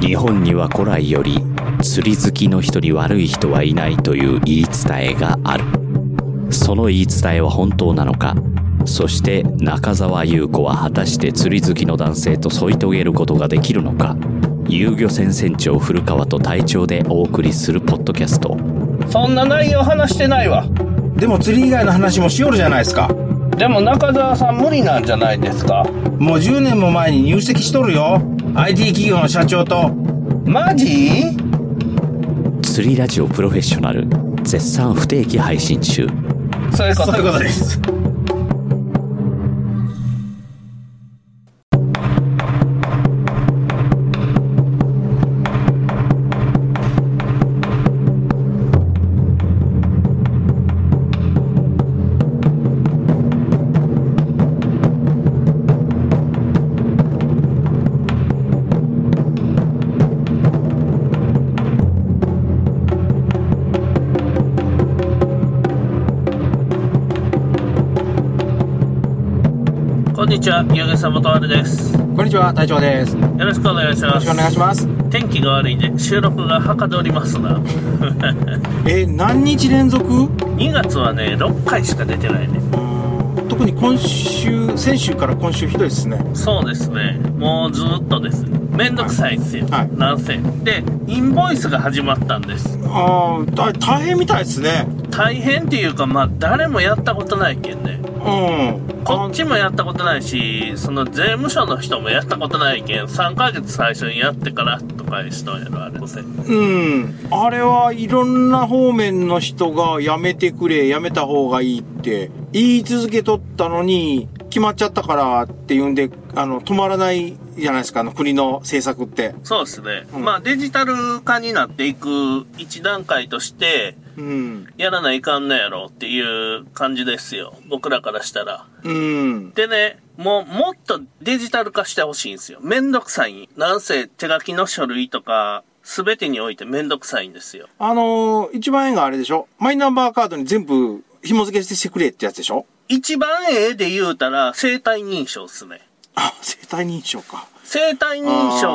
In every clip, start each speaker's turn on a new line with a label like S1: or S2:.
S1: 日本には古来より釣り好きの人に悪い人はいないという言い伝えがあるその言い伝えは本当なのかそして中澤優子は果たして釣り好きの男性と添い遂げることができるのか遊漁船船長古川と隊長でお送りするポッドキャスト
S2: そんな内容話してないわ
S3: でも釣り以外の話もしよるじゃないですか
S2: でも中澤さん無理なんじゃないですか
S3: もう10年も前に入籍しとるよ IT 企業の社長と
S2: マジ
S1: 釣りラジオプロフェッショナル絶賛不定期配信中
S2: そういうこ
S3: そういうことです
S2: こんにちは湯気さんもとあるですよ
S3: こんにちは隊長ですよ
S2: ろしくお願いし
S3: ろ
S2: ま
S3: し
S2: す
S3: くお願いします
S2: 天気が悪いんで収録がはかどりますが
S3: え何日連続
S2: 2月はね6回しか出てないね
S3: 特に今週先週から今週ひどいですね
S2: そうですねもうずっとですねめんどくさいですよ、
S3: はい
S2: なんせでインボイスが始まったんです
S3: ああ大大変みたいですね
S2: 大変っていうかまあ誰もやったことないけんね
S3: うん
S2: こっちもやったことないし、その税務署の人もやったことないけん、3ヶ月最初にやってからとかにしとんやろ、あれ。
S3: うんあれはいろんな方面の人がやめてくれやめた方がいいって言い続けとったのに決まっちゃったからっていうんであの止まらないじゃないですかあの国の政策って
S2: そうですね。
S3: うん
S2: まあデジタル化になっていく一段階として、
S3: うん
S2: やらないかんのやろっていう感じですよ。僕らからしたら。
S3: うん
S2: でね、もうもっとデジタル化してほしいんですよ。めんどくさい。なんせ手書きの書類とか、すべてにおいてめんどくさいんですよ。
S3: あのー、一番円があれでしょマイナンバーカードに全部紐付けしてくれってやつでしょ
S2: 一番ええで言うたら、生体認証っすね。
S3: あ、生体認証か。
S2: 生体認証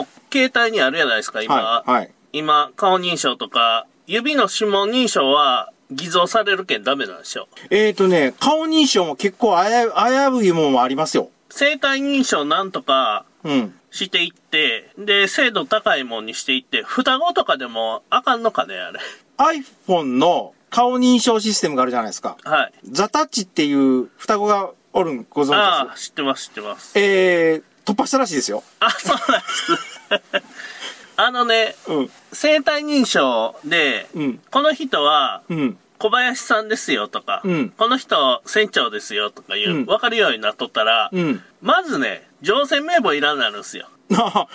S2: を携帯にあるじゃないですか、今。
S3: はい、はい。
S2: 今、顔認証とか、指の指紋認証は偽造されるけんダメなんですよ。
S3: えーとね、顔認証も結構危う危ういもんもありますよ。
S2: 生体認証なんとか
S3: うん。
S2: していって、で、精度高いもんにしていって、双子とかでもあかんのかね、あれ。
S3: iPhone の顔認証システムがあるじゃないですか。
S2: はい。
S3: ザタッチっていう双子がおるんご存知
S2: あ
S3: で
S2: あ、
S3: す
S2: 知ってます、知ってます。
S3: えー、突破したらしいですよ。
S2: あ、そうなんです。 あのね、
S3: うん。
S2: 生体認証で、
S3: うん
S2: この人は、
S3: うん。
S2: 小林さんですよとか、
S3: うん
S2: この人船長ですよとかいう、
S3: うん
S2: 分かるようになっとったら、
S3: うん。
S2: まずね、乗船名簿いらんなるんすよ。
S3: なあ、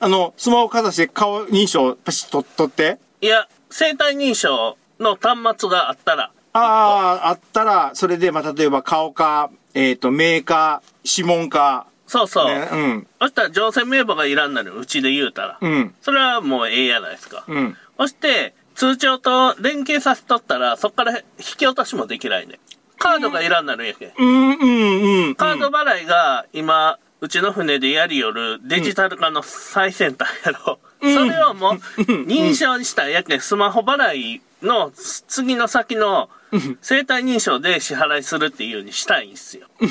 S3: あの、スマホかざして顔認証パシッと取って。
S2: いや、生体認証の端末があったら、
S3: ああ、あったら、それで、まあ、例えば顔か、えっ、と、目か、指紋か、
S2: そうそう。
S3: ね、うん、
S2: そしたら乗船名簿がいらんなる、うちで言うたら。
S3: うん、
S2: それはもうええやないですか。
S3: うん。
S2: そして、通帳と連携させとったら、そこから引き落としもできないね。カードがいらんなるんやけん。
S3: うん、うん、うん。
S2: カード払いが今、うちの船でやりよるデジタル化の最先端やろ。それをもう認証にしたんやけん、スマホ払いの次の先の生体認証で支払いするっていうようにしたいんすよ。
S3: う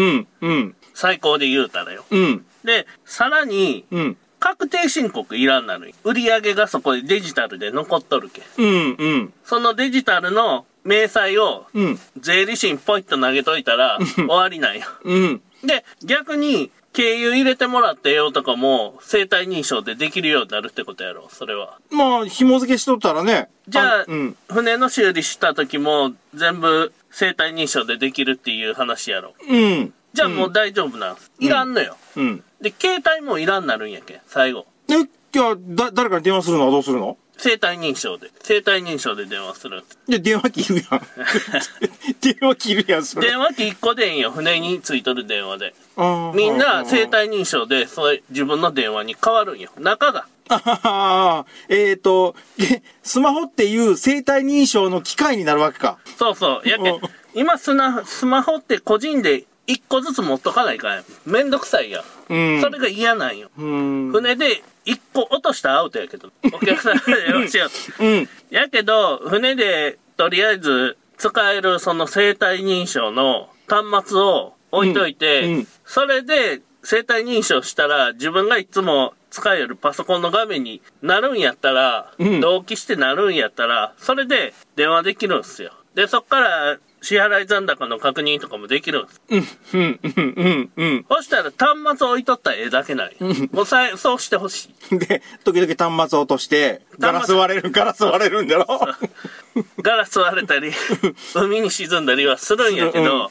S3: ん、うん、
S2: 最高で言うたらよ。
S3: うん、
S2: で、さらに、
S3: うん、
S2: 確定申告いらんなのに。売り上げがそこでデジタルで残っとるけん。
S3: うん、うん、
S2: そのデジタルの明細を
S3: うん、
S2: 税理士にポイッと投げといたら終わりなんよ。
S3: うん。
S2: で、逆に、経由入れてもらったよとかも、生体認証でできるようになるってことやろ、それは。
S3: まあ、紐付けしとったらね。
S2: じゃあ、
S3: うん。
S2: 船の修理した時も、全部生体認証でできるっていう話やろ。
S3: うん、
S2: じゃあもう大丈夫なんす。いらんのよ。
S3: うん。
S2: で、携帯もいらんなるんやけん、最後。
S3: え、今日、だ、誰かに電話するのはどうするの
S2: 生体認証で。生体認証で電話するんです。
S3: いや、電話切る やん。電話切るやん、それ。
S2: 電話機1個でいいんよ、船についとる電話で。
S3: あー
S2: みんな生。体認証で、それ自分の電話に変わるんよ。中が。
S3: あはは えっ、ー、と、えスマホっていう生体認証の機械になるわけか。
S2: そうそう。やけ
S3: うん
S2: ん、今スナスマホって個人で一個ずつ持っとかないかんやん。めんどくさいやん。
S3: うん。
S2: それが嫌なんよ。
S3: うん。
S2: 船で一個落としたらアウトやけど。お客さん でよろしいよ。
S3: うん。
S2: やけど、船でとりあえず使えるその生体認証の端末を置いといて、
S3: うんうん
S2: それで生体認証したら自分がいつも使えるパソコンの画面になるんやったら、
S3: うん
S2: 同期してなるんやったら、それで電話できるんすよ。で、そっから支払い残高の確認とかもできるんす。
S3: うん。うん。うん。うん。
S2: そしたら端末置いとったらええだけない。もうさそうしてほしい。
S3: で、時々端末落として、ガラス割れる、ガラス割れるんだろ
S2: ガラス割れたり、海に沈んだりはするんやけど、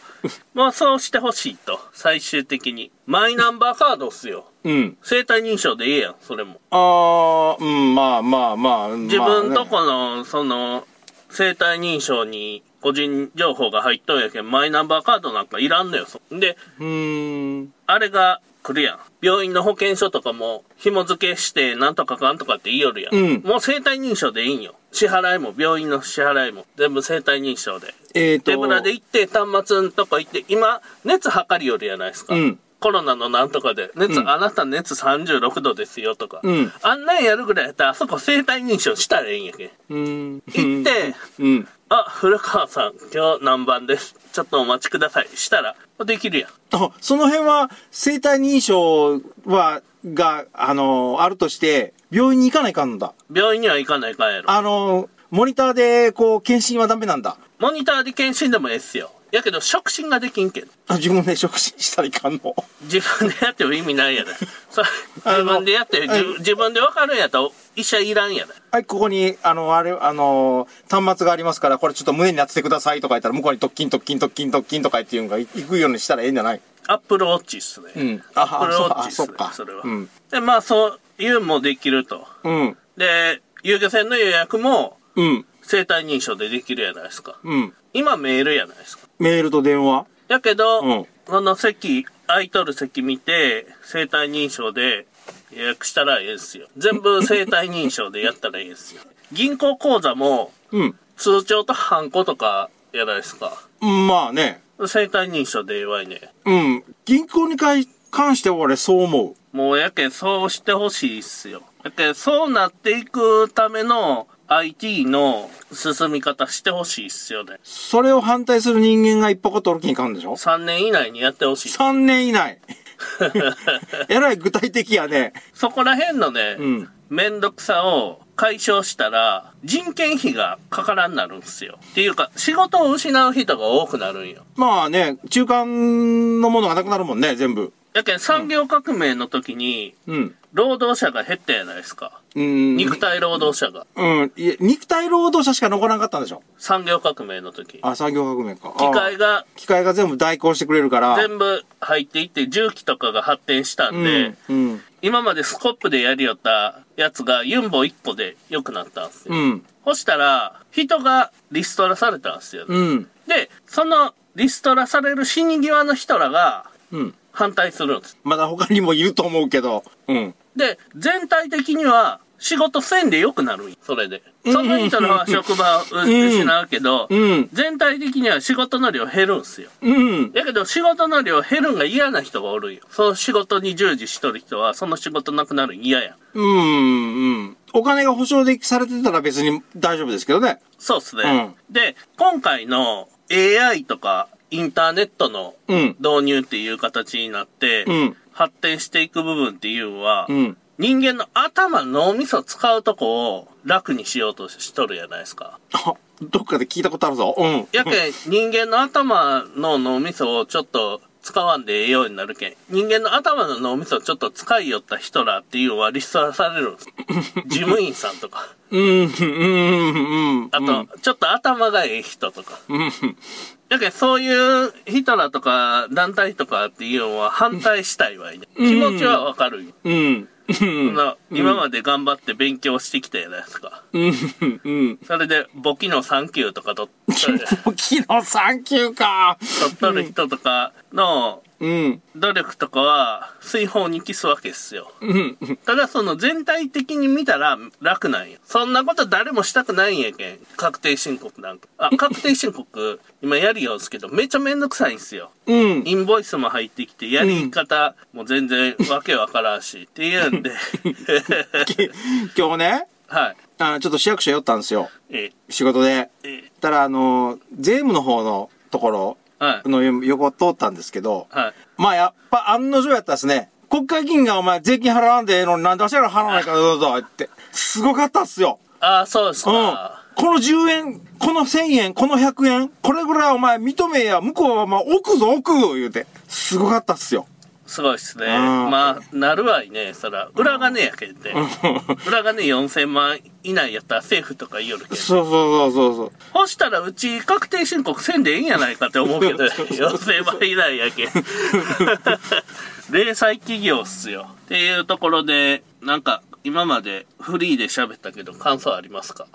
S2: まあそうしてほしいと、最終的に。マイナンバーカードっすよ。
S3: うん。
S2: 生体認証でええやん、それも。
S3: あー、うん、まあまあまあ。うん
S2: 自分と
S3: まあね
S2: この、その、生体認証に個人情報が入っとんやけん、マイナンバーカードなんかいらんのよ。そで、
S3: うーん。
S2: あれが来るやん。病院の保険証とかも紐付けしてなんとかかんとかって言いよるやん。
S3: うん
S2: もう生体認証でいいんよ。支払いも、病院の支払いも、全部生体認証で。
S3: えーと。
S2: 手ぶらで行って端末のとこ行って今熱測りよりやないですか、
S3: うん
S2: コロナのなんとかで熱、
S3: うん
S2: あなた熱36度ですよとか、
S3: うん
S2: あんなんやるぐらいやったらあそこ生体認証したらいいんやけん
S3: うん。
S2: 行って、
S3: うん。
S2: あ古川さん今日何番ですちょっとお待ちくださいしたらできるやん
S3: あ、その辺は、生体認証は、が、あの、あるとして、病院に行かないかんのだ。
S2: 病院には行かないかんやろ
S3: あの、モニターで、こう、検診はダメなんだ。
S2: モニターで検診でもええっすよやけど触診ができんけん
S3: あ自分で触診したらいかんの。
S2: 自分でやっても意味な いやろそれ
S3: あの
S2: 自分でやって自
S3: うん
S2: 自分で分かるんやったら医者いらんやろ
S3: はい、ここに、あの、あれ、あの、端末がありますから、これちょっと胸に当ててくださいとか言ったら、向こうにドッキンドッキンドッキンドッキンとか言っていうのが、行くようにしたらええんじゃない
S2: アップルウォッチっすね。
S3: うん
S2: ア
S3: あ
S2: ップルウォッチっす
S3: あ
S2: ね
S3: そっ。か
S2: それは。
S3: うん
S2: で、まあ、そういうのもできると。
S3: うん。
S2: で、遊漁船の予約も
S3: うん。
S2: 生体認証でできるやないですか。
S3: うん。
S2: 今メールやないですか。
S3: メールと電話
S2: やけど、
S3: うん
S2: この席、空いとる席見て、生体認証で予約したらええんすよ。全部生体認証でやったらええん すよ。銀行口座も
S3: うん。
S2: 通帳とハンコとかやないですか。
S3: まあね。
S2: 生体認証でええわいね。
S3: うん。銀行に関関しては俺そう思う。
S2: もうやけんそうしてほしいっすよ。やけんそうなっていくための IT の進み方してほしいっすよね。
S3: それを反対する人間が一歩ことる気にかんでしょ
S2: 3年以内にやってほしい。
S3: ?3 年以 内。えらい具体的やね。
S2: そこら辺のね、
S3: うん
S2: めんどくさを解消したら人件費がかからんなるんすよ。っていうか仕事を失う人が多くなるんよ。
S3: まあね、中間のものがなくなるもんね、全部。
S2: やけん産業革命の時に
S3: うん。
S2: 労働者が減ったやないですか。
S3: うん。
S2: 肉体労働者が。
S3: うん。いや肉体労働者しか残らなかったんでしょ
S2: 産業革命の時。
S3: あ、産業革命か。
S2: 機械
S3: が。
S2: が
S3: 機械が全部代行してくれるから。
S2: 全部入っていって重機とかが発展したんで、
S3: うん。うん。
S2: 今までスコップでやりよったやつがユンボ1個で良くなったんですよ、
S3: うん。
S2: そしたら人がリストラされたんですよ、ね
S3: うん。
S2: でそのリストラされる死に際の人らが
S3: うん。
S2: 反対するんです
S3: まだ他にもいると思うけど。うん。
S2: で全体的には仕事せんで良くなるんよそれで
S3: ん
S2: その人らは職場を失うけど、
S3: うん。
S2: 全体的には仕事の量減るんすよ
S3: うん。
S2: やけど仕事の量減るんが嫌な人がおるんよ。その仕事に従事しとる人は、その仕事なくなるん嫌やん。
S3: うん。うん。お金が保証でされてたら別に大丈夫ですけどね。
S2: そうっすね。で、今回の AI とかインターネットの
S3: うん
S2: 導入っていう形になって、
S3: うん
S2: 発展していく部分っていうのは、
S3: うん。
S2: 人間の頭、脳みそ使うとこを楽にしようとしとるやないですか。
S3: あ、どっかで聞いたことあるぞ。うん。
S2: やけん、人間の頭の脳みそをちょっと使わんでええようになるけん。人間の頭の脳みそをちょっと使いよった人らっていうのはリストラされるん です。事務員さんとか。
S3: うん、うん、うん。
S2: あと、ちょっと頭がええ人とか。やけん、そういう人らとか団体とかっていうのは反対したいわいね。気持ちはわかるよ。
S3: うん、
S2: その今まで頑張って勉強してきたやないですか。
S3: うん、うん。
S2: それで、簿記の3級とか取っ
S3: 昨日サンキューか。
S2: 取っとる人とかの
S3: うん。
S2: 努力とかは水泡に帰すわけですよ。
S3: うん。
S2: ただその全体的に見たら楽なんや。そんなこと誰もしたくないんやけん。確定申告なんか。 あ、確定申告今やるようですけど、めちゃめんどくさいんすよ。
S3: うん。
S2: インボイスも入ってきて、やり方も全然わけわからんし、っていう んで。
S3: 今日ね、
S2: はい。
S3: あちょっと市役所寄ったんですよ。
S2: え、
S3: 仕事で。
S2: え、
S3: たら、あの、税務の方のところ
S2: はい。
S3: の横通ったんですけど、
S2: はい。
S3: まあやっぱ案の定やったですね。国会議員がお前税金払わんでええのになんで足ら払わないからどうぞって。すごかったっすよ。
S2: ああ、そうです
S3: うん。
S2: か。
S3: この10円、この1000円、この100円、これぐらいお前認めや、向こうはまあ奥ぞ奥言うて。すごかったっすよ。
S2: すごいっすね。
S3: ん
S2: まあ、なるわいね、そら。裏金やけんて。裏金4000万以内やったら政府とか言うるけん。
S3: そうそうそうそうそう。
S2: そしたらうち確定申告せんでええんやないかって思うけ ど、4000万以内やけん。 零細企業っすよ。っていうところで、なんか、今までフリーで喋ったけど感想ありますか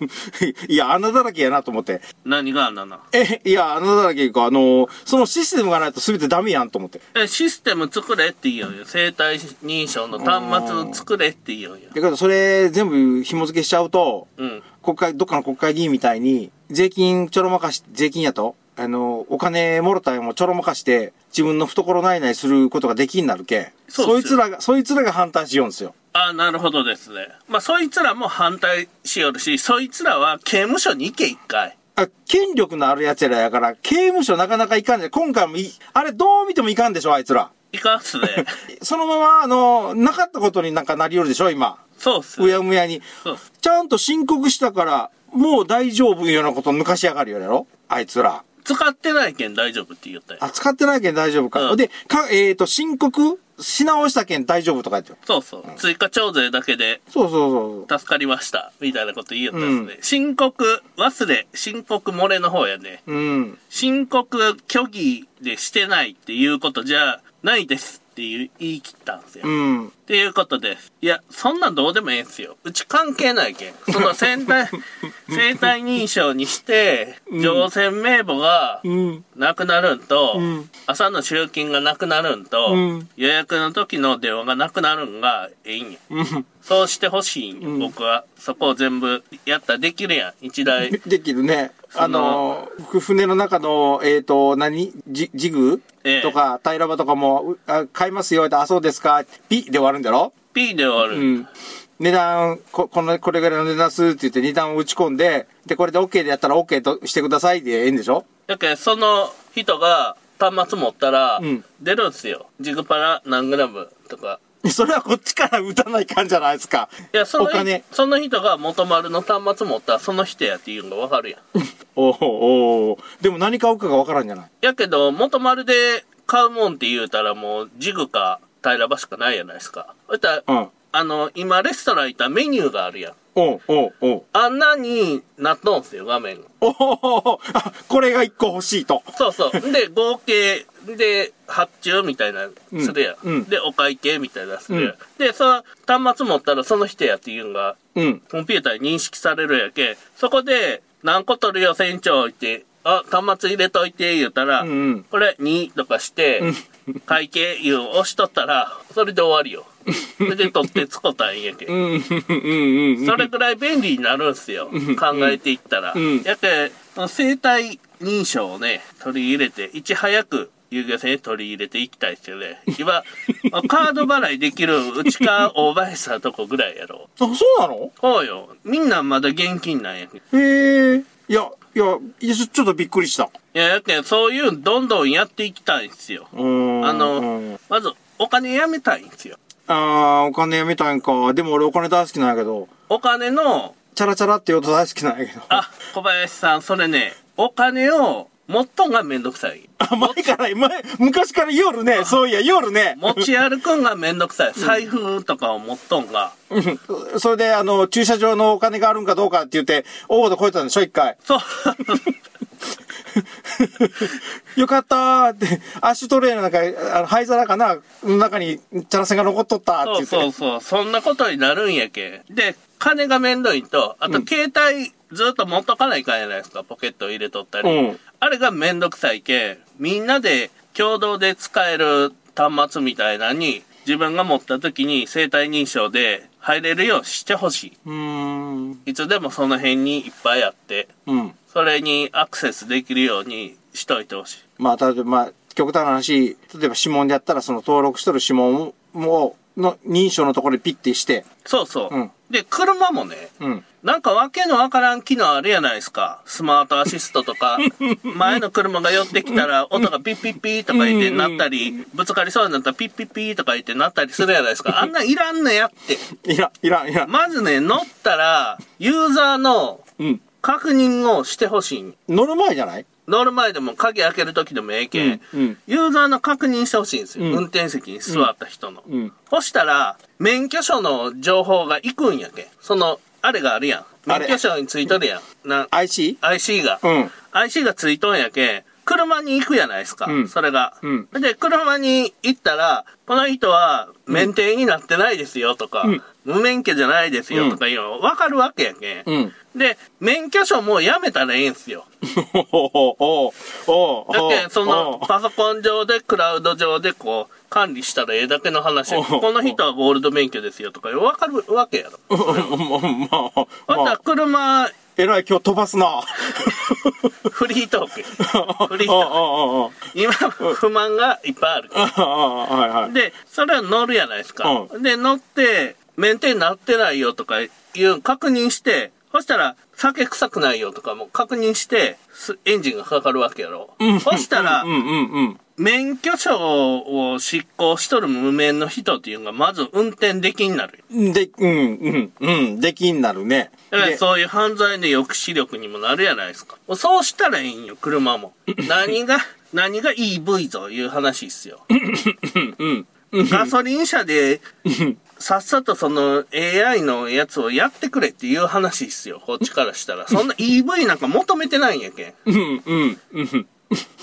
S3: いや、穴だらけやなと思って。
S2: 何がなな
S3: え、いや、穴だらけいうか、あのそのシステムがないと全てダメやんと思って。
S2: え、システム作れって言うんよ。生体認証の端末を作れって言うんよ
S3: だ。けど、それ全部紐付けしちゃうと、
S2: うん。
S3: 国会、どっかの国会議員みたいに、税金ちょろまかし、税金やと、あの、お金もろたんもちょろまかして、自分の懐ないないすることができんなるけ。
S2: そう
S3: そ
S2: っ
S3: い
S2: すよ
S3: つらが、そいつらが反対しようんですよ。
S2: あなるほどですね。まあ、そいつらも反対しよるし、そいつらは刑務所に行け一回。
S3: あ、権力のある奴らやから、刑務所なかなかいかんじゃ、今回もい、あれどう見てもいかんでしょ、あいつら。
S2: いかんっすね。
S3: そのまま、あの、なかったことになんかなりよるでしょ、今。
S2: そうっす
S3: うやむやに。
S2: そうっす。
S3: ちゃんと申告したから、もう大丈夫ようなこと抜かしやがるよやろあいつら。
S2: 使ってないけん大丈夫って言ったよ。
S3: あ、使ってないけん大丈夫か。
S2: うん
S3: で、か、えっ、と、申告し直したけん大丈夫とか言ってる
S2: そうそう。追加徴税だけで
S3: そうそうそう
S2: 助かりました。みたいなこと言いよったですね。申告忘れ、申告漏れの方やね。
S3: そう。うん。
S2: 申告虚偽でしてないっていうことじゃないですっていう言い切ったんですよ。
S3: うん。
S2: っていうことです。いや、そんなんどうでもええんすよ。うち関係ないけん。その生 体、生体認証にして、乗船名簿が
S3: うん。
S2: なくなるんと、
S3: ん
S2: 朝の集金がなくなるんと、
S3: うん
S2: 予約の時の電話がなくなるんがええんや。
S3: うん。
S2: そうしてほしいんよ、僕は。そこを全部やったらできるやん、一台。
S3: できるね。あの、ふ船の中の、えっ、と、何ジジグ、
S2: ええ
S3: とか、タイラバとかも、うあ買いますよって、あ、そうですか。ピッで終わるんだろ
S2: P で終わる。
S3: うん。値段、こ、この、これぐらいの値段するって言って値段を打ち込んで、で、これで OK でやったら OK としてくださいでええんでしょ
S2: だけど、その人が端末持ったら
S3: うん、
S2: 出るんすよ。ジグパラ何グラムとか。
S3: それはこっちから打たないかんじゃないですか。
S2: いや、その
S3: お金、
S2: その人が元丸の端末持ったらその人やっていうのがわかるやん。
S3: おうおうでも何買うかがわからんじゃない
S2: やけど、元丸で買うもんって言うたらもう、ジグか平場しかないやないですか。そしたら、
S3: うん。
S2: あの、今レストラン行ったらメニューがあるやん。
S3: おうおうおう
S2: あんなになっとんすよ、画面が。
S3: おうおうおうあ、これが一個欲しいと。
S2: そう そう。で、合計で発注みたいなのするやん。
S3: うんうん
S2: で、お会計みたいなのするやん。で、その端末持ったらその人やっていうのが
S3: うん。
S2: コンピューターに認識されるやけん、そこで、何個取るよ、船長って、あ、端末入れといて、言うたら、
S3: うんうん
S2: これ2とかして、会計、言う押しとったら、それで終わりよ。それで取ってつこたんやけん。
S3: うん、うん、うん、うん。
S2: それぐらい便利になるんすよ。考えていったら。
S3: ん
S2: やけん、その生体認証をね、取り入れて、いち早く、遊漁船に取り入れていきたいですよね。 今、カード払いできる、うちか大林さんとこぐらいやろ。
S3: あ、そうなの
S2: そうよ。みんなまだ現金なんやけど。い
S3: へえ。いや、いや、いやちょちょっとびっくりした。
S2: や、やけん、そういうのどんどんやっていきたいんすよ。
S3: うーん。
S2: あ
S3: うん
S2: の、まず、お金やめたいんすよ。
S3: あー、お金やめたんか。でも俺お金大好きなんやけど、
S2: お金の、
S3: チャラチャラって言うと大好きなんやけど。
S2: あ、小林さん、それね、お金を、持っとんがめんどくさい。
S3: あ、前から、前、昔から夜ね、そういや、夜ね。
S2: 持ち歩くんがめんどくさい。財布とかを持っとんが。
S3: うんそれで、あの、駐車場のお金があるんかどうかって言って、大ごと超えたんでしょ、一回。
S2: そう。
S3: よかったーって、アッシュトレイの中、あの灰皿かな、の中にチャラ線が残っとったって
S2: そ
S3: 言
S2: う
S3: って。
S2: そうそう。そんなことになるんやけん。で、金がめんどいと、あと携帯ずっと持っとかないかんやないですか。ポケット入れとったり。
S3: うん
S2: あれがめんどくさいけん、みんなで共同で使える端末みたいなのに、自分が持った時に生体認証で入れるようしてほし
S3: うーん。
S2: い。いつでもその辺にいっぱいあって、
S3: うん。
S2: それにアクセスできるようにしといてほしい。
S3: まあ、例えば、まあ、極端な話、例えば指紋であったら、その登録しとる指紋を、の認証のところでピッてして、
S2: そうそう。
S3: うん
S2: で、車もね、
S3: うん。
S2: なんかわけのわからん機能あるやないですか。スマートアシストと か、前の車が寄ってきたら音がピッピッピーとか言ってなったり、ぶつかりそうになったらピッピッピーとか言ってなったりするやないですか。あんなんいらんねやって。
S3: いらん、いらん、いらん。
S2: まずね、乗ったら、ユーザーの
S3: うん。
S2: 確認をしてほしい。
S3: 乗る前じゃない
S2: 乗る前でも鍵開ける時でもええけん、
S3: うんうん
S2: ユーザーの確認してほしいんですよ、
S3: うん
S2: 運転席に座った人の、
S3: うん
S2: そしたら免許証の情報が行くんやけんそのあれがあるやん
S3: あ
S2: 免
S3: れ
S2: 許証についとるやんな
S3: ?IC?
S2: IC が、
S3: うん。
S2: IC がついとんやけん車に行くやないですか、
S3: うん
S2: それが、
S3: うん
S2: で車に行ったらこの人は免停になってないですよとか、
S3: うん
S2: 無免許じゃないですよとかいうの分かるわけやけん、
S3: うん。
S2: で免許証もうやめたらええんすよ
S3: おおおお
S2: だってその
S3: お
S2: パソコン上でクラウド上でこう管理したらええだけの話や
S3: おう
S2: この人はゴールド免許ですよとか分かるわけやろ
S3: まあ、
S2: ま
S3: ま
S2: た
S3: あ、
S2: 車
S3: えらい今日飛ばす な。
S2: フリー トークやフリー
S3: ああ、あ
S2: トーク
S3: あ、あ
S2: 今不満がいっぱいある
S3: あ、はいはい。
S2: でそれは乗るやないですか
S3: う
S2: で乗って免停になってないよとかいう確認してそしたら酒臭くないよとかも確認してすエンジンがかかるわけやろそしたら
S3: うんうんうん。
S2: 免許証を執行しとる無免の人っていうのが、まず運転できになるよ。
S3: で、うん、うん、うん、できになるね。
S2: だから
S3: で
S2: そういう犯罪の抑止力にもなるやないですか。もうそうしたらいいんよ、車 も。何が、何が EV ぞ、いう話っ すよ。ガソリン車で、さっさとその AI のやつをやってくれっていう話っすよ、こっちからしたら。そんな EV なんか求めてないんやけん。っ
S3: うん、うん、うん、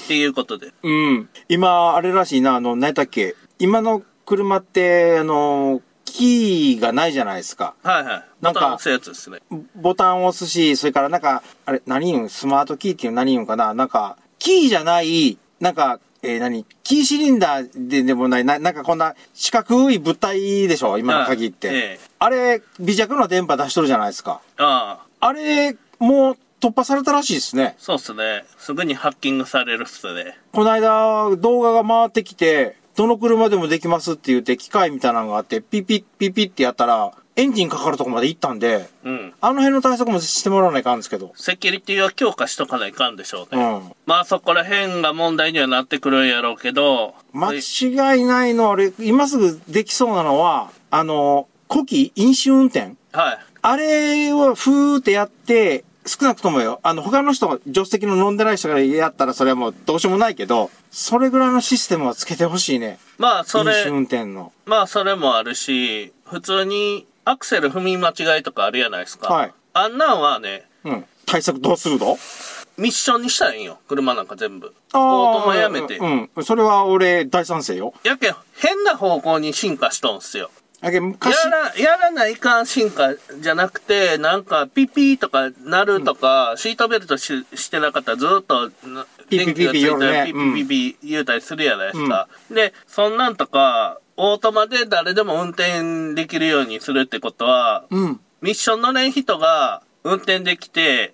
S2: ていうことで。
S3: うん。今、あれらしいな、あの、何だっけ。今の車って、あの、キーがないじゃないですか。
S2: はいはい。
S3: な
S2: ま
S3: んか
S2: た押すやつですね。
S3: ボタンを押すし、それからなんか、あれ、何言うんスマートキーっていうの何言うんかななんか、キーじゃない、なんか、えー何キーシリンダーででもない、ななんかこんな四角い物体でしょ今の鍵って。
S2: はいええ
S3: あれ、微弱な電波出しとるじゃないですか。
S2: ああ。
S3: あれ、もう突破されたらしいですね。
S2: そうっすね。すぐにハッキングされるっすね。
S3: この間、動画が回ってきて、どの車でもできますって言って、機械みたいなのがあって、ピピッピピッってやったら、エンジンかかるとこまで行ったんで、
S2: うん。
S3: あの辺の対策もしてもらわないかんですけど。
S2: セキュリティは強化しとかないかんでしょ
S3: う
S2: うね。
S3: ん。
S2: まあそこら辺が問題にはなってくるんやろうけど、
S3: 間違いないのは、あれ、今すぐできそうなのは、あの、古希飲酒運転
S2: はい。
S3: あれをふーってやって、少なくともよ、あの、他の人が、助手席の飲んでない人がやったら、それはもうどうしようもないけど、それぐらいのシステムはつけてほしいね。
S2: まあそ
S3: 飲
S2: れ
S3: 酒、運転の。
S2: まあそれもあるし、普通にアクセル踏み間違いとかあるやないですか。
S3: はい
S2: あんなんはね、
S3: うん。対策どうするの
S2: ミッションにしたらいいんよ。車なんか全部。
S3: あ
S2: オ
S3: ー
S2: ートマやめて。
S3: うん。うんそれは俺、大賛成よ。
S2: やけん、変な方向に進化しとんすよ。
S3: あけ
S2: や
S3: 昔、
S2: ら、やらないかん進化じゃなくて、なんか、ピピーとか、なるとか、シートベルトししてなかったらずっと、な
S3: ピピピピ
S2: 電気がついた
S3: 夜ね
S2: らピピピピ言うたりするやないですか。で、そんなんとか、オートマで誰でも運転できるようにするってことは、
S3: うん。
S2: ミッションのねん人が運転できて、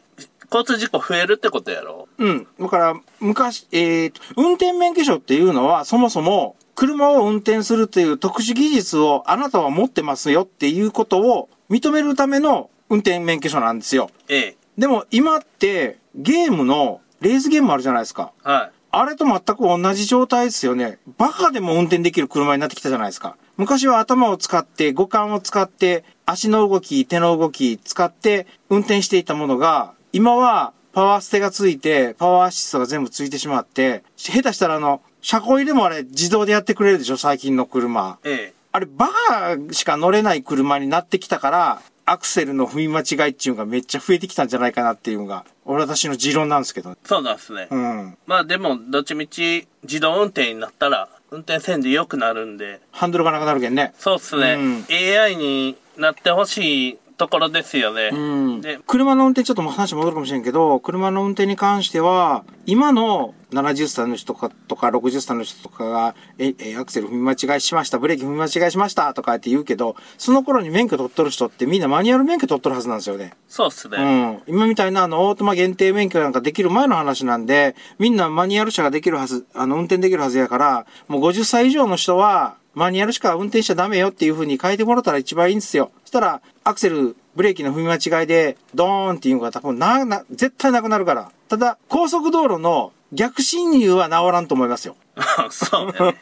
S2: 交通事故増えるってことやろ。
S3: うん。だから、昔、えーと、運転免許証っていうのは、そもそも、車を運転するという特殊技術をあなたは持ってますよっていうことを認めるための運転免許証なんですよ。
S2: ええ。
S3: でも今ってゲームのレースゲームあるじゃないですか。
S2: はい。
S3: あれと全く同じ状態ですよね。バカでも運転できる車になってきたじゃないですか。昔は頭を使って、五感を使って、足の動き、手の動き使って運転していたものが、今はパワーステがついて、パワーアシストが全部ついてしまって、下手したらあの、車庫入れもあれ自動でやってくれるでしょ、最近の車。
S2: ええ。
S3: あれ、バカしか乗れない車になってきたから、アクセルの踏み間違いっていうのがめっちゃ増えてきたんじゃないかなっていうのが、俺私の持論なんですけど。
S2: そうなんですね。
S3: うん。
S2: まあでも、どっちみち自動運転になったら、運転せんで良くなるんで、
S3: ハンドルがなくなるけんね。
S2: そうっすね。
S3: うん
S2: AI になってほしいところですよね。
S3: うん
S2: で、
S3: 車の運転、ちょっともう話戻るかもしれんけど、車の運転に関しては、今の70歳の人とかとか60歳の人とかが、え、え、アクセル踏み間違いしました、ブレーキ踏み間違いしましたとかって言うけど、その頃に免許取っとる人ってみんなマニュアル免許取っとるはずなんですよね。
S2: そうっすね。
S3: うん。今みたいなあの、オートマ限定免許なんかできる前の話なんで、みんなマニュアル車ができるはず、あの、運転できるはずやから、もう50歳以上の人は、マニュアルしか運転しちゃダメよっていう風に変えてもらったら一番いいんですよ。そしたら、アクセル、ブレーキの踏み間違いで、ドーンっていうのが多分な、な、絶対なくなるから。ただ、高速道路の逆進入は治らんと思いますよ。
S2: そうだね。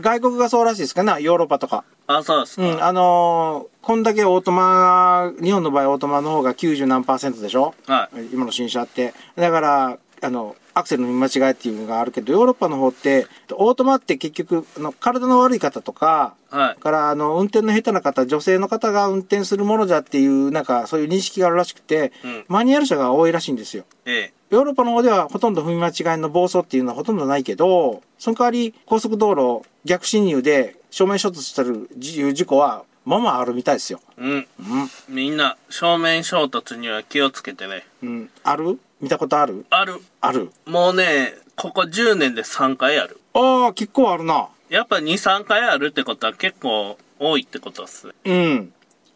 S3: 外国がそうらしいですかね、ヨーロッパとか。
S2: あ、そうですか。
S3: うん、あのーこんだけオートマ、日本の場合オートマの方が90何パーセントでしょ
S2: はい。
S3: 今の新車って。だから、あの、アクセルの見間違いっていうのがあるけど、ヨーロッパの方って、オートマって結局、あの体の悪い方とか、
S2: は
S3: だ。
S2: い
S3: から、あの、運転の下手な方、女性の方が運転するものじゃっていう、なんか、そういう認識があるらしくて、
S2: うん
S3: マニュアル車が多いらしいんですよ。
S2: ええ。
S3: ヨーロッパの方ではほとんど踏み間違いの暴走っていうのはほとんどないけど、その代わり高速道路逆進入で正面衝突してるいう事故はまあまああるみたいですよ。
S2: うん。
S3: う
S2: みんな、正面衝突には気をつけてね。
S3: ん。うん。ある見たことある
S2: ある。
S3: ある。
S2: もうね、ここ10年で3回ある。
S3: ああ、結構あるな。
S2: やっぱ2、3回あるってことは結構多いってことっすね。
S3: うん。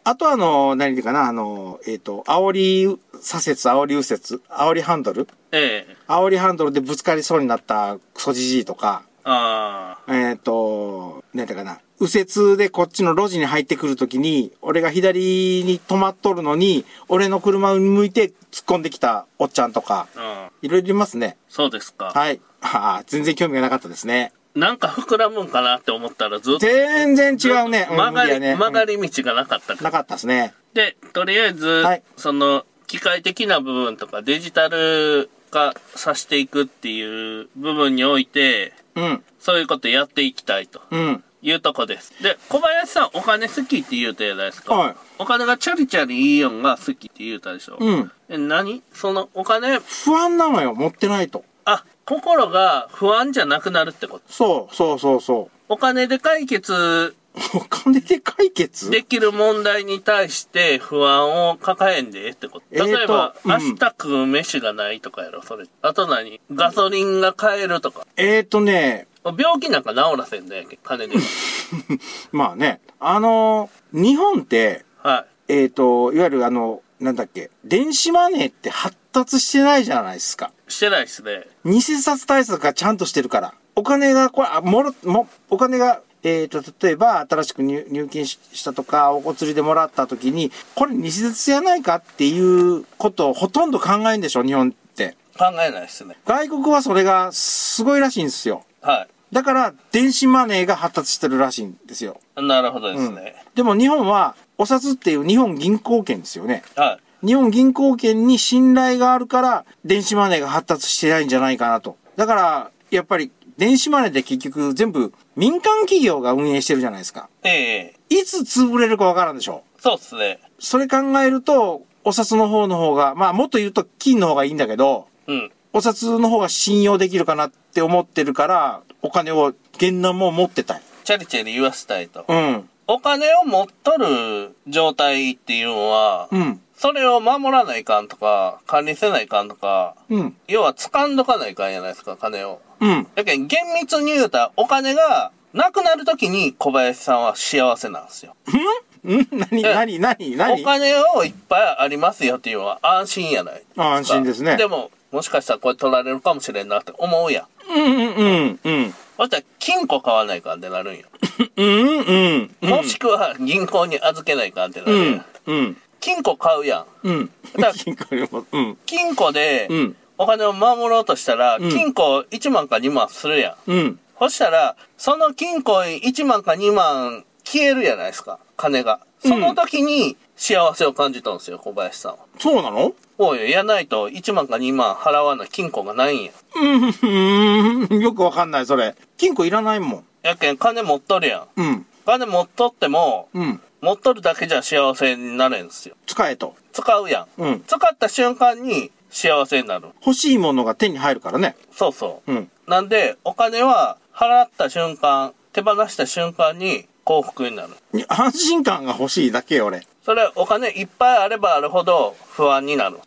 S3: あとあの、何かな、あの、えっ、と、煽り左折、煽り右折、煽りハンドル
S2: ええ。
S3: 煽りハンドルでぶつかりそうになったクソじじいとか、
S2: あ
S3: えっ、と、なんていうかな、右折でこっちの路地に入ってくるときに、俺が左に止まっとるのに、俺の車を向いて突っ込んできたおっちゃんとか、
S2: あ。うん。
S3: いろいろいますね。
S2: そうですか。
S3: はい。はあ、全然興味がなかったですね。
S2: なんか膨らむんかなって思ったらずっと。
S3: 全然違うね。うん
S2: 曲が
S3: 無理
S2: り、
S3: やね、
S2: 曲が
S3: り、
S2: り道がなかったから
S3: なかったですね。
S2: で、とりあえず、
S3: はい
S2: その、機械的な部分とかデジタル化させていくっていう部分において、
S3: うん。
S2: そういうことやっていきたいと
S3: うん。
S2: いうとこです。で、小林さんお金好きって言うたじゃないですか。
S3: はい
S2: お金がチャリチャリいいよんが好きって言うたでしょ。
S3: うん。
S2: え、何そのお金、
S3: 不安なのよ、持ってないと。
S2: あ、心が不安じゃなくなるってこと。
S3: そう、そうそう そ
S2: お金で解決
S3: う。お金で解決
S2: できる問題に対して不安を抱えんでええってこと。
S3: えーと
S2: 例えば、
S3: うん
S2: 明日食う飯がないとかやろ、それ。あと何ガソリンが買えるとか。
S3: えっ、ー、とね、
S2: 病気なんか治らせんだやけ、金では。
S3: まあね、あの日本って、
S2: はい。
S3: えっ、と、いわゆるあの、なんだっけ、電子マネーって発達してないじゃないですか。
S2: してないっすね。
S3: 偽札対策がちゃんとしてるから。お金が、これ、あ、もろ、も、お金が、えっ、と、例えば、新しく入入金ししたとか、お釣りでもらった時に、これ偽札じゃないかっていうことをほとんど考えんでしょ、日本って。
S2: 考えないっすね。
S3: 外国はそれがすごいらしいんですよ。
S2: は
S3: だから、電子マネーが発達してるらしいんですよ。
S2: い。なるほどですね。
S3: でも日本は、お札っていう日本銀行券ですよね。
S2: はい。
S3: 日本銀行券に信頼があるから、電子マネーが発達してないんじゃないかなと。だから、やっぱり、電子マネーって結局全部民間企業が運営してるじゃないですか。
S2: ええ
S3: いつ潰れるかわからんでしょ
S2: そうっすね。
S3: う。それ考えると、お札の方の方が、まあもっと言うと金の方がいいんだけど、
S2: うん。
S3: お札の方が信用できるかなって思ってるから、お金を、現段も持ってたい。
S2: チャリチャリ言わせたいと。
S3: うん。
S2: お金を持っとる状態っていうのは、
S3: うん。
S2: それを守らないかんとか、管理せないかんとか、
S3: うん。
S2: 要は掴んどかないかんじゃないですか、金を。
S3: うん。
S2: だけど厳密に言うたらお金がなくなるときに小林さんは幸せなんですよ。
S3: うん何何何
S2: お
S3: 何
S2: 金をいっぱいありますよっていうのは安心やないですか。
S3: 安心ですね
S2: でも、もしかしたらこれ取られるかもしれんなって思うや
S3: う
S2: ん。
S3: んうんうんうん。
S2: そしたら金庫買わないかんってなるんよ。
S3: うんうん。
S2: もしくは銀行に預けないかんってなるやん。
S3: うん。
S2: 金庫買うやん。
S3: うん。
S2: だ
S3: 金庫よりもうん。
S2: 金庫で
S3: うん
S2: お金を守ろうとしたら、
S3: ん
S2: 金庫1万か2万するやん。
S3: うん。
S2: そしたら、その金庫に1万か2万消えるじゃないですか、金が。その時に幸せを感じたんですよ、小林さんは。
S3: そうなの
S2: おい、やないと1万か2万払わな金庫がないんや。
S3: うん。よくわかんない、それ。金庫いらないもん。
S2: やけん、金持っとるや
S3: う
S2: ん。
S3: ん。
S2: 金持っとっても、
S3: うん。
S2: 持っとるだけじゃ幸せになれんすよ。
S3: 使えと。
S2: 使うやん。
S3: うん
S2: 使った瞬間に幸せになる。
S3: 欲しいものが手に入るからね。
S2: そうそう。
S3: うん。
S2: なんで、お金は払った瞬間、手放した瞬間に幸福になる。
S3: 安心感が欲しいだけよ、俺。
S2: それ、お金いっぱいあればあるほど不安になる。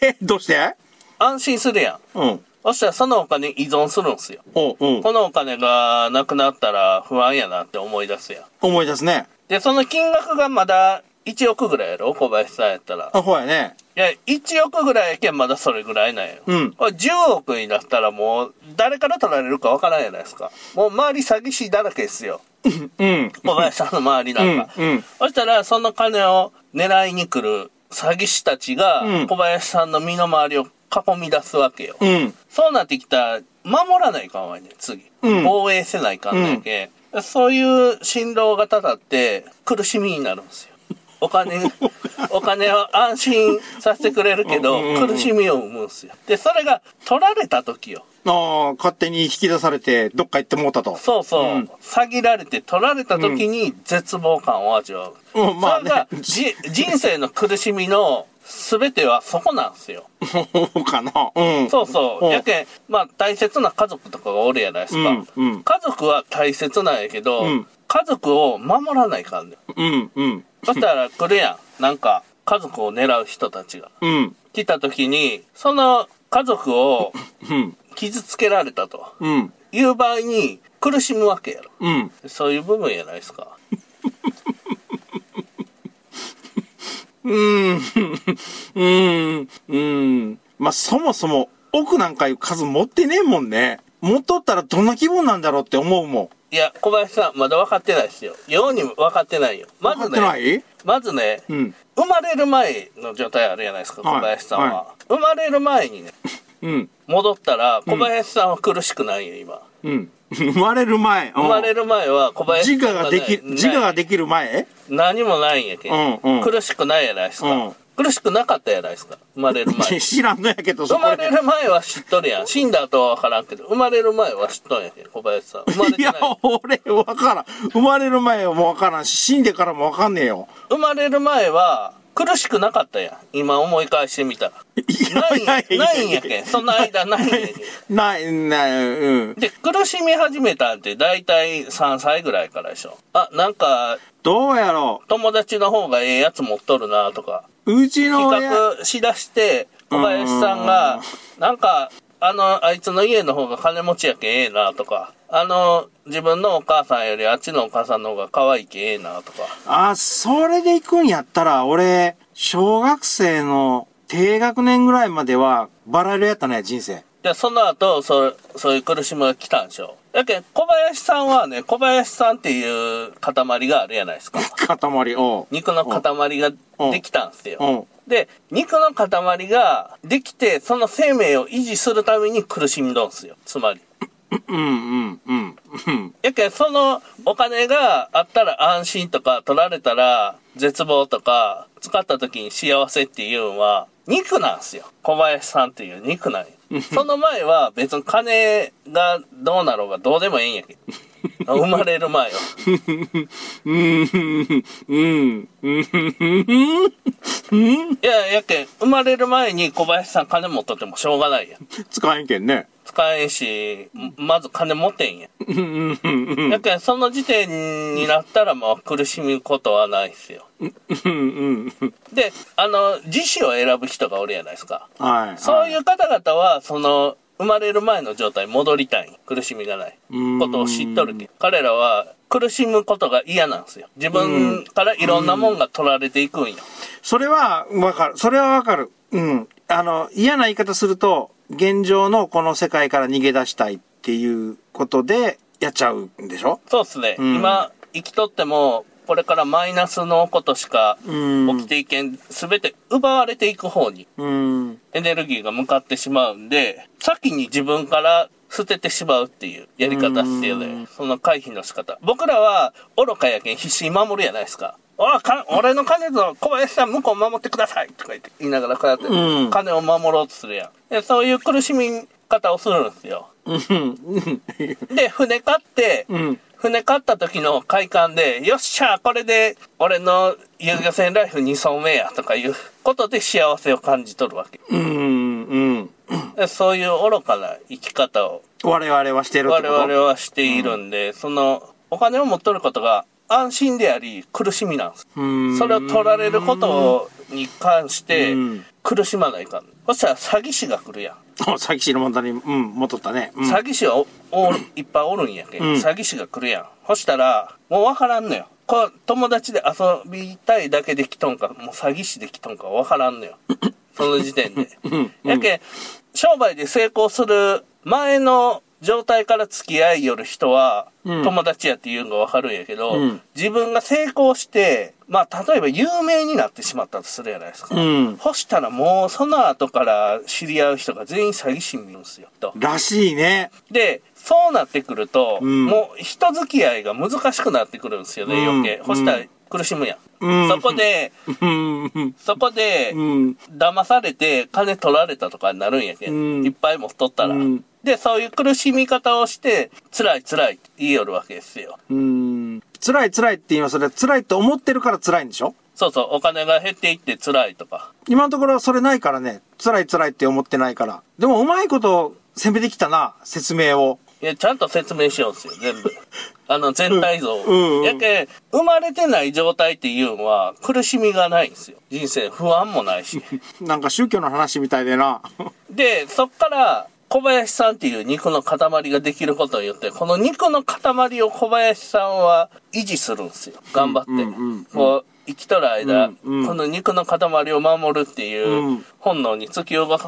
S3: えへどうして
S2: 安心するやん。
S3: うん。
S2: そしたらそのお金依存するんすよ。
S3: おうん。
S2: このお金がなくなったら不安やなって思い出すやん。
S3: 思い出すね。
S2: で、その金額がまだ1億ぐらいやろ小林さんやったら。
S3: あ、ほうやね。
S2: いや、1億ぐらいやけんまだそれぐらいなんよ。
S3: うん
S2: これ10億になったらもう、誰から取られるかわからんやないですか。もう周り詐欺師だらけですよ。
S3: うん。
S2: 小林さんの周りなんか。
S3: うんうん
S2: そしたら、その金を狙いに来る詐欺師たちが
S3: うん、
S2: 小林さんの身の回りを囲み出すわけよ。
S3: うん。
S2: そうなってきたら、守らないかんわいね、次。
S3: うん
S2: 防衛せないかんないけ、ん。そういう辛労がたたって、苦しみになるんですよ。お 金、お金を安心させてくれるけど
S3: うんうんう、ん
S2: 苦しみを生むんですよ。で、それが取られた時よ。
S3: ああ、勝手に引き出されて、どっか行ってもうたと。
S2: そうそう。
S3: うん
S2: 詐欺られて取られた時に絶望感を味わう。
S3: うんまあね
S2: それがじ、人生の苦しみの全てはそこなんですよ。
S3: そうかな。うん。
S2: そうそう。
S3: うん
S2: やけん、まあ大切な家族とかがおるやないですか。
S3: うんうん
S2: 家族は大切なんやけど、
S3: うん
S2: 家族を守らないか んねん。
S3: うん。うん。
S2: そしたら来るやん。なんか、家族を狙う人たちが。
S3: うん。
S2: 来た時に、その家族を
S3: うん。
S2: 傷つけられたと
S3: うん。
S2: いう場合に苦しむわけやろ。
S3: うん。
S2: そういう部分やないですか。
S3: うん。うん。うん。まあ、そもそも、奥なんかいう数持ってねえもんね。持っとったらどんな気分なんだろうって思うも
S2: いや、小林さん、まだ分かってないですよ。ように分かってないよ。ま
S3: ん。持
S2: ず
S3: ってな
S2: ね、
S3: い
S2: まずね、
S3: うん。
S2: 生まれる前の状態あるじゃないですか、
S3: はい
S2: 小林さんは。
S3: は
S2: 生まれる前にね、
S3: うん。
S2: 戻ったら、小林さんは苦しくないよ、今。
S3: うん。生まれる前。
S2: 生まれ
S3: る
S2: る前は小林
S3: 自
S2: さ
S3: 我
S2: んは
S3: が
S2: ね
S3: でき、自我ができる前
S2: 何もないんやけん、
S3: うんうん
S2: 苦しくないやないですか、
S3: うん
S2: 苦しくなかったやないですか生まれる 前
S3: 知らんのやけど、そ
S2: 生
S3: こ
S2: ま
S3: で
S2: れ。る前は知っとるやん死んだ後は分からんけど生まれる前は知っとんやけん小林さん生まれ
S3: い
S2: てな
S3: や
S2: い、
S3: 俺、わからん。生まれる前はもうわからんし、死んでからもわかんねえよ。
S2: 生まれる前は苦しくなかったやん今思い返してみたら ないんやないんやけんそんな間ないんやけん
S3: ない、ない、うん。
S2: で苦しみ始めたんって大体3歳ぐらいからでしょあなんか
S3: どうやろ
S2: 友達の方がええやつ持っとるなとか
S3: う。うちの
S2: 企
S3: 親、
S2: 画しだして小林さんがなんかあのあいつの家の方が金持ちやけんええなとかあの自分のお母さんよりあっちのお母さんの方が可愛いけんええなとか
S3: あ、それで行くんやったら、俺、小学生の低学年ぐらいまでは、バラ色やったね、人生。
S2: でその後そうそういう苦しみが来たんでしょやけん小林さんはね小林さんっていう塊があるやないですか
S3: 塊、を
S2: 肉の塊ができたんですよ
S3: うんうん
S2: で肉の塊ができてその生命を維持するために苦しみどんすよつまり
S3: うん、うん、うん、うん。
S2: やけんそのお金があったら安心とか取られたら絶望とか使った時に幸せっていうのは肉なんすよ小林さんっていう肉なんよその前は別に金がどうなろうがどうでもいいんやけん生まれる前は
S3: うん、うん、うん、うん、うん。
S2: いややけん生まれる前に小林さん金持っとってもしょうがないやん
S3: 使えんけんね。
S2: 使えんしまず金持てんやん
S3: うん、うん、うん、うん。
S2: やけんその時点になったらもう苦しむことはないっすよ
S3: うんうん。
S2: であの自死を選ぶ人がおるやないですか
S3: はい。。
S2: そういうう方々は、その、生まれる前の状態に戻りたい。苦しみがない。
S3: ーん
S2: ことを知っとるけん彼らは、苦しむことが嫌なんですよ。自分からいろんなもんが取られていくんよ。
S3: それはわかる。それはわかる。うん。あの、嫌な言い方すると、現状のこの世界から逃げ出したいっていうことで、やっちゃうんでしょ
S2: そうっすね。
S3: ん
S2: 今、生きとっても、これからマイナスのことしか
S3: うん
S2: 起きていけん、すべて奪われていく方に
S3: うん。
S2: エネルギーが向かってしまうんで、先に自分から捨ててしまうっていうやり方必要で、その回避の仕方。僕らは愚かやけん必死に守るやないですか。あか俺の金ぞ小林さん向こう守ってくださいとか言って言いながらこうやって
S3: うん
S2: 金を守ろうとするやん。でそういう苦しみ方をするんですよ。
S3: うん。
S2: で、船買って、
S3: うん。
S2: 船買った時の快感で、よっしゃこれで俺の遊漁船ライフ2層目やとかいうことで幸せを感じ取るわけ。
S3: うん。うん。
S2: でそういう愚かな生き方を
S3: 我々はしてるってこ
S2: 我
S3: と
S2: 々はしているんで、そのお金を持っとることが安心であり苦しみなんです
S3: うん
S2: それを取られることに関して
S3: うん
S2: 苦しまないかんそしたら詐欺師が来るやん
S3: あ詐欺師の問題に、うん、戻ったね。うん
S2: 詐欺師はおおるいっぱいおるんやけ、
S3: ん
S2: 詐欺師が来るやんそしたらもう分からんのよこう友達で遊びたいだけで来とんかもう詐欺師で来とんか分から んのよその時点で
S3: ん
S2: やけ商売で成功する前の状態から付き合いよる人は
S3: うん
S2: 友達やっていうのが分かるんやけど、
S3: うん
S2: 自分が成功してまあ例えば有名になってしまったとするじゃないですか、
S3: うん
S2: そしたらもうその後から知り合う人が全員詐欺師に見るんですよと
S3: らしいね。
S2: で、そうなってくると、
S3: ん
S2: もう人付き合いが難しくなってくるんですよね、
S3: うん
S2: 余計。そしたら苦しむやん。
S3: うん
S2: そこで、
S3: うん、うん
S2: そこで、
S3: うん、
S2: 騙されて金取られたとかになるんやけ、
S3: うん
S2: いっぱい持っとったら。
S3: うん
S2: で、そういう苦しみ方をして、辛い辛いって言いよるわけですよ。
S3: うん。辛い辛いって今それ辛いと思ってるから辛いんでしょ
S2: そうそう、お金が減っていって辛いとか。
S3: 今のところはそれないからね。辛い辛いって思ってないから。でもうまいこと攻めてきたな、説明を。
S2: いや、ちゃんと説明しようんですよ、全 部。あの、全体像を。
S3: うんうん
S2: やけ、生まれてない状態っていうのは、苦しみがないんですよ。人生不安もないし。
S3: なんか宗教の話みたいでな。
S2: で、そっから、小林さんっていう肉の塊ができることによって、この肉の塊を小林さんは維持するんですよ。頑張って。
S3: うんうんうん
S2: こう、生きとる
S3: う
S2: 間、
S3: んうん
S2: この肉の塊を守るって
S3: う
S2: いうん本能に突き動か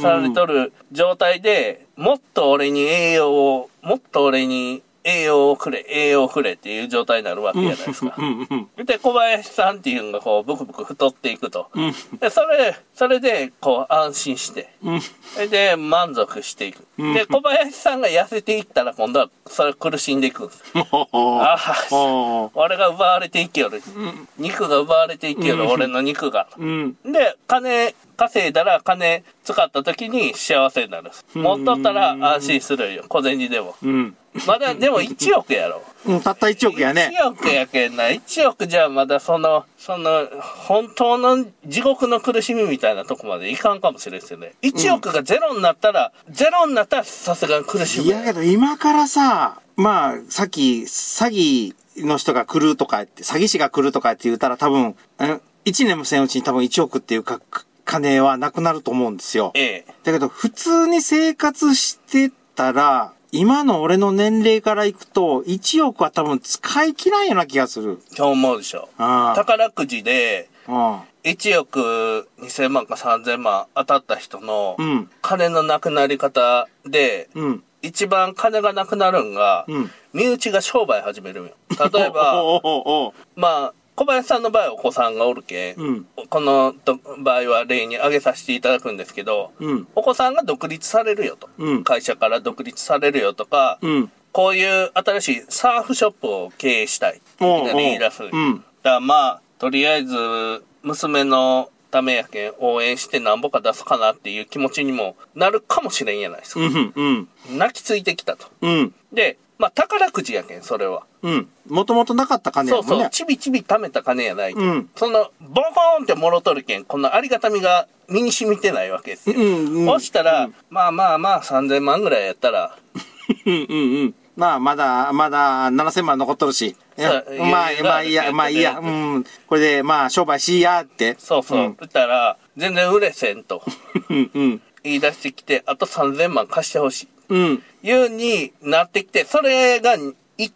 S2: されとる状態で、もっと俺に栄養を、もっと俺に栄養をくれ、栄養をくれっていう状態になるわけじゃないですか。
S3: うん、うん。
S2: で、小林さんっていうのがこう、ブクブク太っていくと。
S3: ん
S2: で、それ、それで、こう、安心して。
S3: うん、
S2: それで満足していく。
S3: ん
S2: で、小林さんが痩せていったら今度はそれ苦しんでいくんです。あ
S3: あ
S2: あ、
S3: あ。
S2: 俺が奪われていきよる。肉が奪われていきよる、俺の肉が。
S3: うん。
S2: で、金稼いだら金使った時に幸せになる。持っとったら安心するよ、小銭でも。
S3: うん。
S2: まだ、でも1億やろ。
S3: うん、たった1億やね。
S2: 1億やけんな。1億じゃまだその、その、本当の地獄の苦しみみたいなとこまでいかんかもしれんですよね。1億がゼロになったら、ゼロになったらさすがに苦しむ。
S3: いやけど今からさ、まあ、さっき、詐欺の人が来るとかって、詐欺師が来るとかって言ったら多分、ん1年もせんうちに多分1億っていうか、か金はなくなると思うんですよ。
S2: ええ。
S3: だけど、普通に生活してたら、今の俺の年齢からいくと、1億は多分使い切らんような気がする。
S2: そう思うでしょ。
S3: ああ。
S2: 宝くじで、
S3: うん。
S2: 1億2000万か3000万当たった人の
S3: うん、
S2: 金のなくなり方で、
S3: うん。
S2: 一番金がなくなるんが、
S3: うん
S2: 身内が商売始めるんよ。例えば、
S3: おうおうおうおう
S2: まあ、小林さんの場合はお子さんがおるけ、
S3: うん
S2: このど場合は例に挙げさせていただくんですけど、
S3: うん
S2: お子さんが独立されるよと、
S3: うん
S2: 会社から独立されるよとか、
S3: うん。
S2: こういう新しいサーフショップを経営したいっていきなり言い出す。
S3: おうお
S2: だ
S3: ううん
S2: からまあ、とりあえず、娘のためやけん応援してなんぼか出すかなっていう気持ちにもなるかもしれんやないですか。
S3: うん。うん。
S2: 泣きついてきたと。
S3: うん。
S2: で、まあ宝くじやけん、それは。
S3: うん。もともとなかった金や
S2: そ
S3: も
S2: うん
S3: ね。そ
S2: そうう、ちびちび貯めた金やないけど、
S3: うん
S2: その、ボコーンってもろとるけん、このありがたみが身に染みてないわけですよ。
S3: うんうん
S2: そしたら、まあまあまあ、3000万ぐらいやったら、
S3: うんうんうん。まあ、まだ、まだ、7000万残っとるし。いや
S2: そう
S3: まあ、
S2: いや
S3: まあ、いいや、まあ、いいや、
S2: と
S3: う
S2: りあ
S3: ん。これで、まあ、商売しいやって。
S2: そうそう、
S3: うん
S2: 言ったら、全然売れせんと
S3: うん、うん。
S2: 言い出してきて、あと3000万貸してほしい。
S3: うん。
S2: いうになってきて、それが1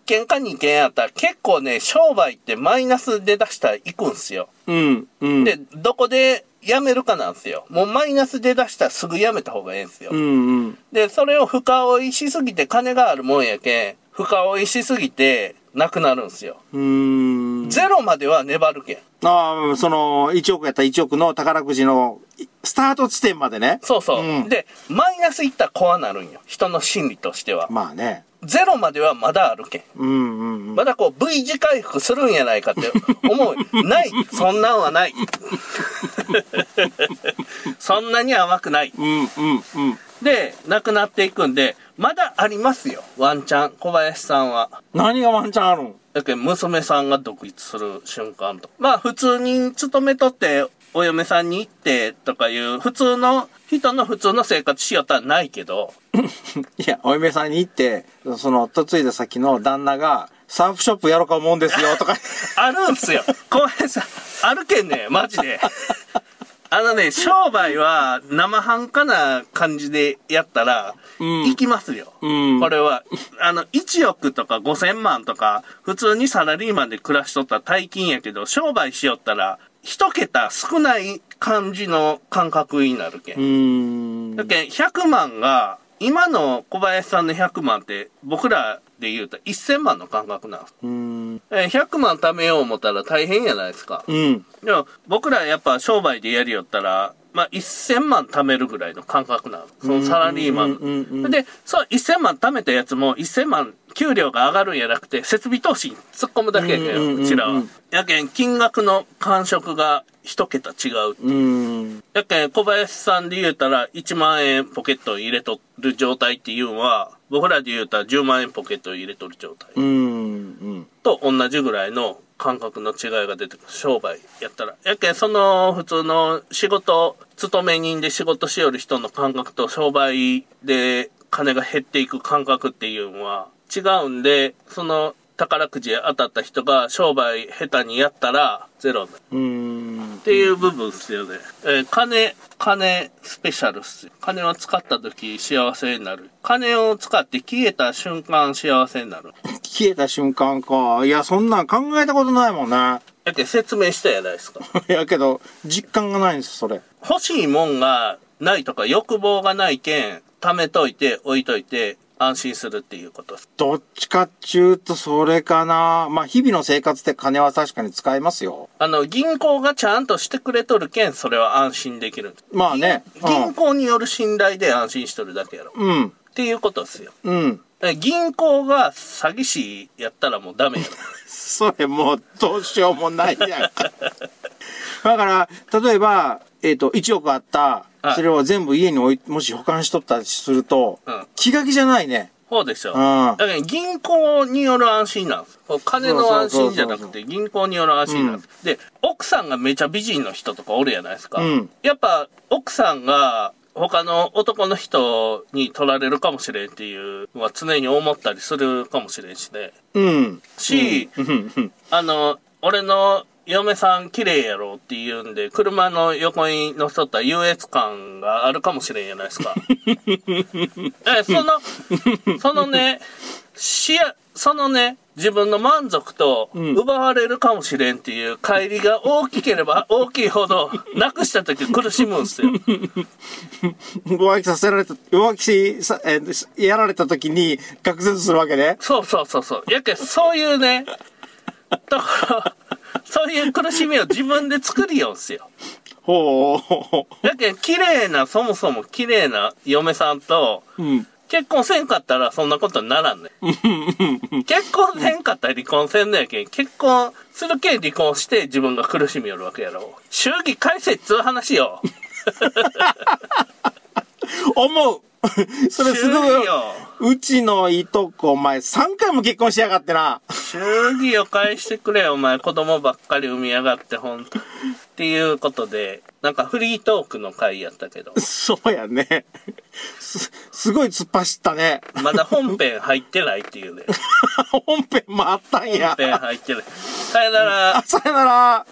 S2: 件か2件あったら、結構ね、商売ってマイナスで出したら行くんすよ。
S3: うん。うん。
S2: で、どこで辞めるかなんすよ。もうマイナスで出したらすぐ辞めた方がええんすよ。
S3: うん、うん。
S2: で、それを深追いしすぎて金があるもんやけん、深追いしすぎてなくなるんすよ。
S3: うん。
S2: ゼロまでは粘るけん。
S3: ああ、その、1億やったら1億の宝くじのいスタート地点までね。
S2: そうそう。
S3: うん
S2: で、マイナスいったら怖なるんよ。人の心理としては。
S3: まあね。
S2: ゼロまではまだあるけん。
S3: うん、うん、うん。
S2: まだこう V 字回復するんやないかって思う。 ないそんなん はない。そんなに甘くない。
S3: うん、うん、うん。
S2: で、なくなっていくんで、まだありますよ。ワンチャン。小林さんは。
S3: 何がワンチャンあるん
S2: だけど娘さんが独立する瞬間とまあ普通に勤めとってお嫁さんに行ってとかいう普通の人の普通の生活しよったらないけど
S3: いや、お嫁さんに行って、その、嫁いだ先の旦那が、サーフショップやろうか思うんですよ、とか。
S2: あるんすよ。浩平さん、あるけんね、マジで。あのね、商売は生半可な感じでやったら、
S3: うん
S2: 行きますよ。
S3: うん
S2: これは、あの、1億とか5000万とか、普通にサラリーマンで暮らしとったら大金やけど、商売しよったら、一桁少ない感じの感覚になるけん
S3: う。ーん。
S2: だけん100万が、今の小林さんの100万って、僕らで言うと1000万の感覚なんです。
S3: うん。
S2: えー100万貯めよう思ったら大変やないですか。
S3: うん。
S2: でも僕らやっぱ商売でやりよったら、まあ、1000万貯めるぐらいの感覚なの。そのサラリーマ
S3: うんうんうんう
S2: ン
S3: ん
S2: の。で、そう、1000万貯めたやつも、1000万給料が上がるんやなくて、設備投資に突っ込むだけやけ
S3: うんうんうん
S2: ん、
S3: うん
S2: うちらは。やけん、金額の感触が一桁違う。
S3: うん。
S2: やけん、小林さんで言うたら、1万円ポケットに入れとる状態っていうのは、僕らで言うたら10万円ポケットに入れとる状態。
S3: うん。
S2: と同じぐらいの感覚の違いが出てくる商売やったらやけんその普通の仕事勤め人で仕事しよる人の感覚と商売で金が減っていく感覚っていうのは違うんでその宝くじ当たった人が商売下手にやったらゼロになるっ
S3: うん。
S2: ていう部分っすよね、えー金金スペシャルっすよ金を使った時幸せになる金を使って消えた瞬間幸せになる
S3: 消えた瞬間か。いや、そんなん考えたことないもんね。
S2: やけん説明したやないですか
S3: やけど、実感がないんです、それ。
S2: 欲しいもんがないとか欲望がないけん、貯めといて置いといて安心するっていうことです。
S3: どっちかっちゅうと、それかな。まあ、日々の生活で金は確かに使えますよ。
S2: あの、銀行がちゃんとしてくれとるけん、それは安心できるんです。
S3: まあね。
S2: 銀行による信頼で安心しとるだけやろ。っ
S3: うん。
S2: ていうことですよ。
S3: うん。うん。
S2: え銀行が詐欺師やったらもうダメやろ。
S3: それもう、どうしようもないやんか。だから、例えば、えっ、と、1億あった
S2: は、い
S3: それを全部家に置い、もし保管しとったりすると、
S2: うん
S3: 気が気じゃないね。
S2: そうでしょ。
S3: うん
S2: だから銀行による安心なんです。こう金の安心じゃな
S3: そうそうそうそ
S2: くて銀行による安心なんです。で、奥さんがめちゃ美人の人とかおるやないですか。
S3: うん
S2: やっぱ奥さんが他の男の人に取られるかもしれんっていうのは常に思ったりするかもしれんしね。
S3: うん。
S2: し、
S3: うん、うん。
S2: あの、俺の嫁さん綺麗やろって言うんで、車の横に乗っとった優越感があるかもしれんやないですか。え、その、そのね、しや、そのね、自分の満足と奪われるかもしれんっていう帰りが大きければ大きいほど、なくした時苦しむんすよ。
S3: 浮気させられた、浮気さ、えーしやられた時に、愕然とするわけね。
S2: そうそうそうそう。やけんそういうね、だから、そういう苦しみを自分で作りようんすよ。
S3: ほうほうほ
S2: だけど、綺麗な、そもそも綺麗な嫁さんと、
S3: う。うん。
S2: 結婚せんかったらそんなことにならんね。結婚せんかったら離婚せんのやけん、結婚するけん離婚して自分が苦しみよるわけやろ。祝儀返せっつう話よ。
S3: 思う それすご
S2: 祝
S3: い
S2: 儀よ。
S3: うちのいとこ、お前3回も結婚しやがってな。
S2: 祝儀を返してくれ、お前子供ばっかり産みやがって、ほんと。っていうことで、なんかフリートークの回やったけど、
S3: そうやね。す、すごい突っ走ったね。
S2: まだ本編入ってないっていうね。
S3: 本編もあったんや
S2: 本。編入ってない。さよなら。
S3: さよなら。